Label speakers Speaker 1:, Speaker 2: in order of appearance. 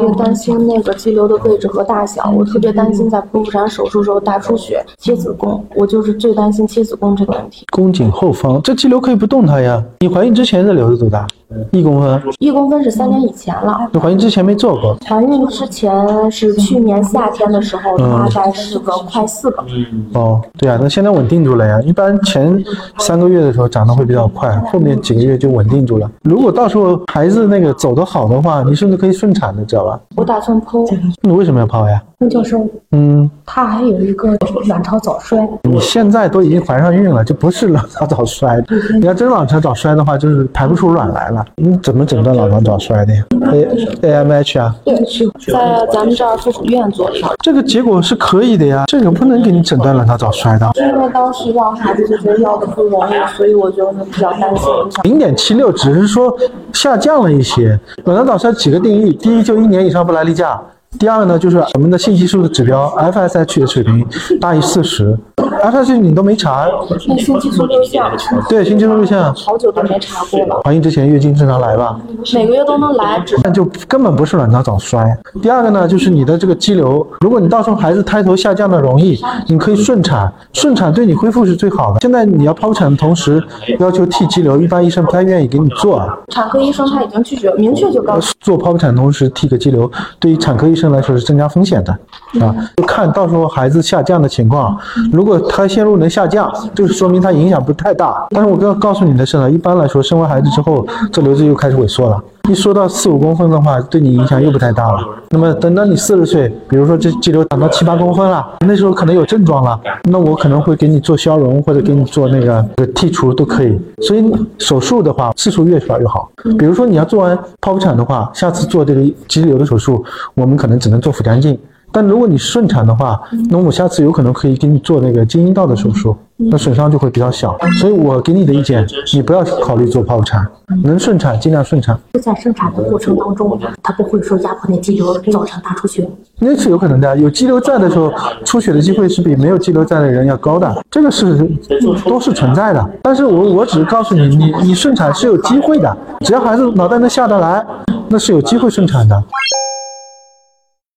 Speaker 1: 我担心那个肌瘤的位置和大小，我特别担心在剖腹产手术时候大出血、切子宫，我就是最担心切子宫这个问题。
Speaker 2: 宫颈后方这肌瘤可以不动它呀。你怀孕之前的瘤是多大？一公分。
Speaker 1: 一公分是三年以前了，
Speaker 2: 你怀孕之前没做过，
Speaker 1: 怀孕之前是去年夏天的时候，大概是个快四个。
Speaker 2: 哦，对啊，那现在稳定住了呀。一般前三个月的时候长得会比较快，后面几个月就稳定住了。如果到时候孩子那个走得好的话，你甚至可以顺产的，知道吧？
Speaker 1: 我打算剖，
Speaker 2: 你为什么要剖呀？
Speaker 3: 那就是
Speaker 2: 嗯，
Speaker 3: 他还有一个卵巢早衰，
Speaker 2: 你现在都已经怀上孕了，就不是卵巢早衰。你要真卵巢早衰的话，就是排不出卵来了。你怎么诊断卵巢早衰的呀？A A M H 啊，
Speaker 1: 在咱们这儿附属医院做了一个，
Speaker 2: 这个结果是可以的呀，这个不能给你诊断卵巢早衰的。
Speaker 1: 因为当时要孩子就觉得要的不容易，所以我就是比较担心。
Speaker 2: 零点七六只是说下降了一些。卵巢早衰几个定义：第一，就一年以上不来例假；第二呢，就是我们的信息素的指标 FSH 的水平大于四十，FSH 你都没查，
Speaker 1: 那胸激素六项，
Speaker 2: 对，心肌素项，
Speaker 1: 好久都没查过了，
Speaker 2: 怀孕之前月经正常来吧？
Speaker 1: 每个月都能来，只
Speaker 2: 那就根本不是卵巢早衰。第二个呢，就是你的这个肌瘤，如果你到时候孩子胎头下降的容易，你可以顺产，顺产对你恢复是最好的。现在你要剖产的同时要求剃肌瘤，一般医生不太愿意给你做，
Speaker 1: 产科医生他已经拒绝，明确就告诉
Speaker 2: 做剖腹产同时剃个肌瘤，对于产科医生来说是增加风险的啊。就看到时候孩子下降的情况，如果胎陷入能下降，就是说明它影响不太大。但是我刚告诉你的是呢，一般来说生完孩子之后，这瘤子又开始萎缩了。一缩到四五公分的话，对你影响又不太大了。那么等到你四十岁，比如说这肌瘤长到七八公分了，那时候可能有症状了，那我可能会给你做消融或者给你做那个这个剔除都可以。所以手术的话，次数越少越好。比如说你要做完剖腹产的话，下次做这个肌瘤的手术，我们可能只能做腹腔镜。但如果你顺产的话，那我下次有可能可以给你做那个经阴道的手术，那损伤就会比较小。所以我给你的意见，你不要考虑做剖腹产，能顺产尽量顺产。
Speaker 3: 就在生产的过程当中，他不会说压迫那肌瘤造成大出血。
Speaker 2: 那是有可能的。有肌瘤在的时候，出血的机会是比没有肌瘤在的人要高的，这个是都是存在的。但是我我只是告诉你，你你顺产是有机会的，只要孩子脑袋能下得来，那是有机会顺产的。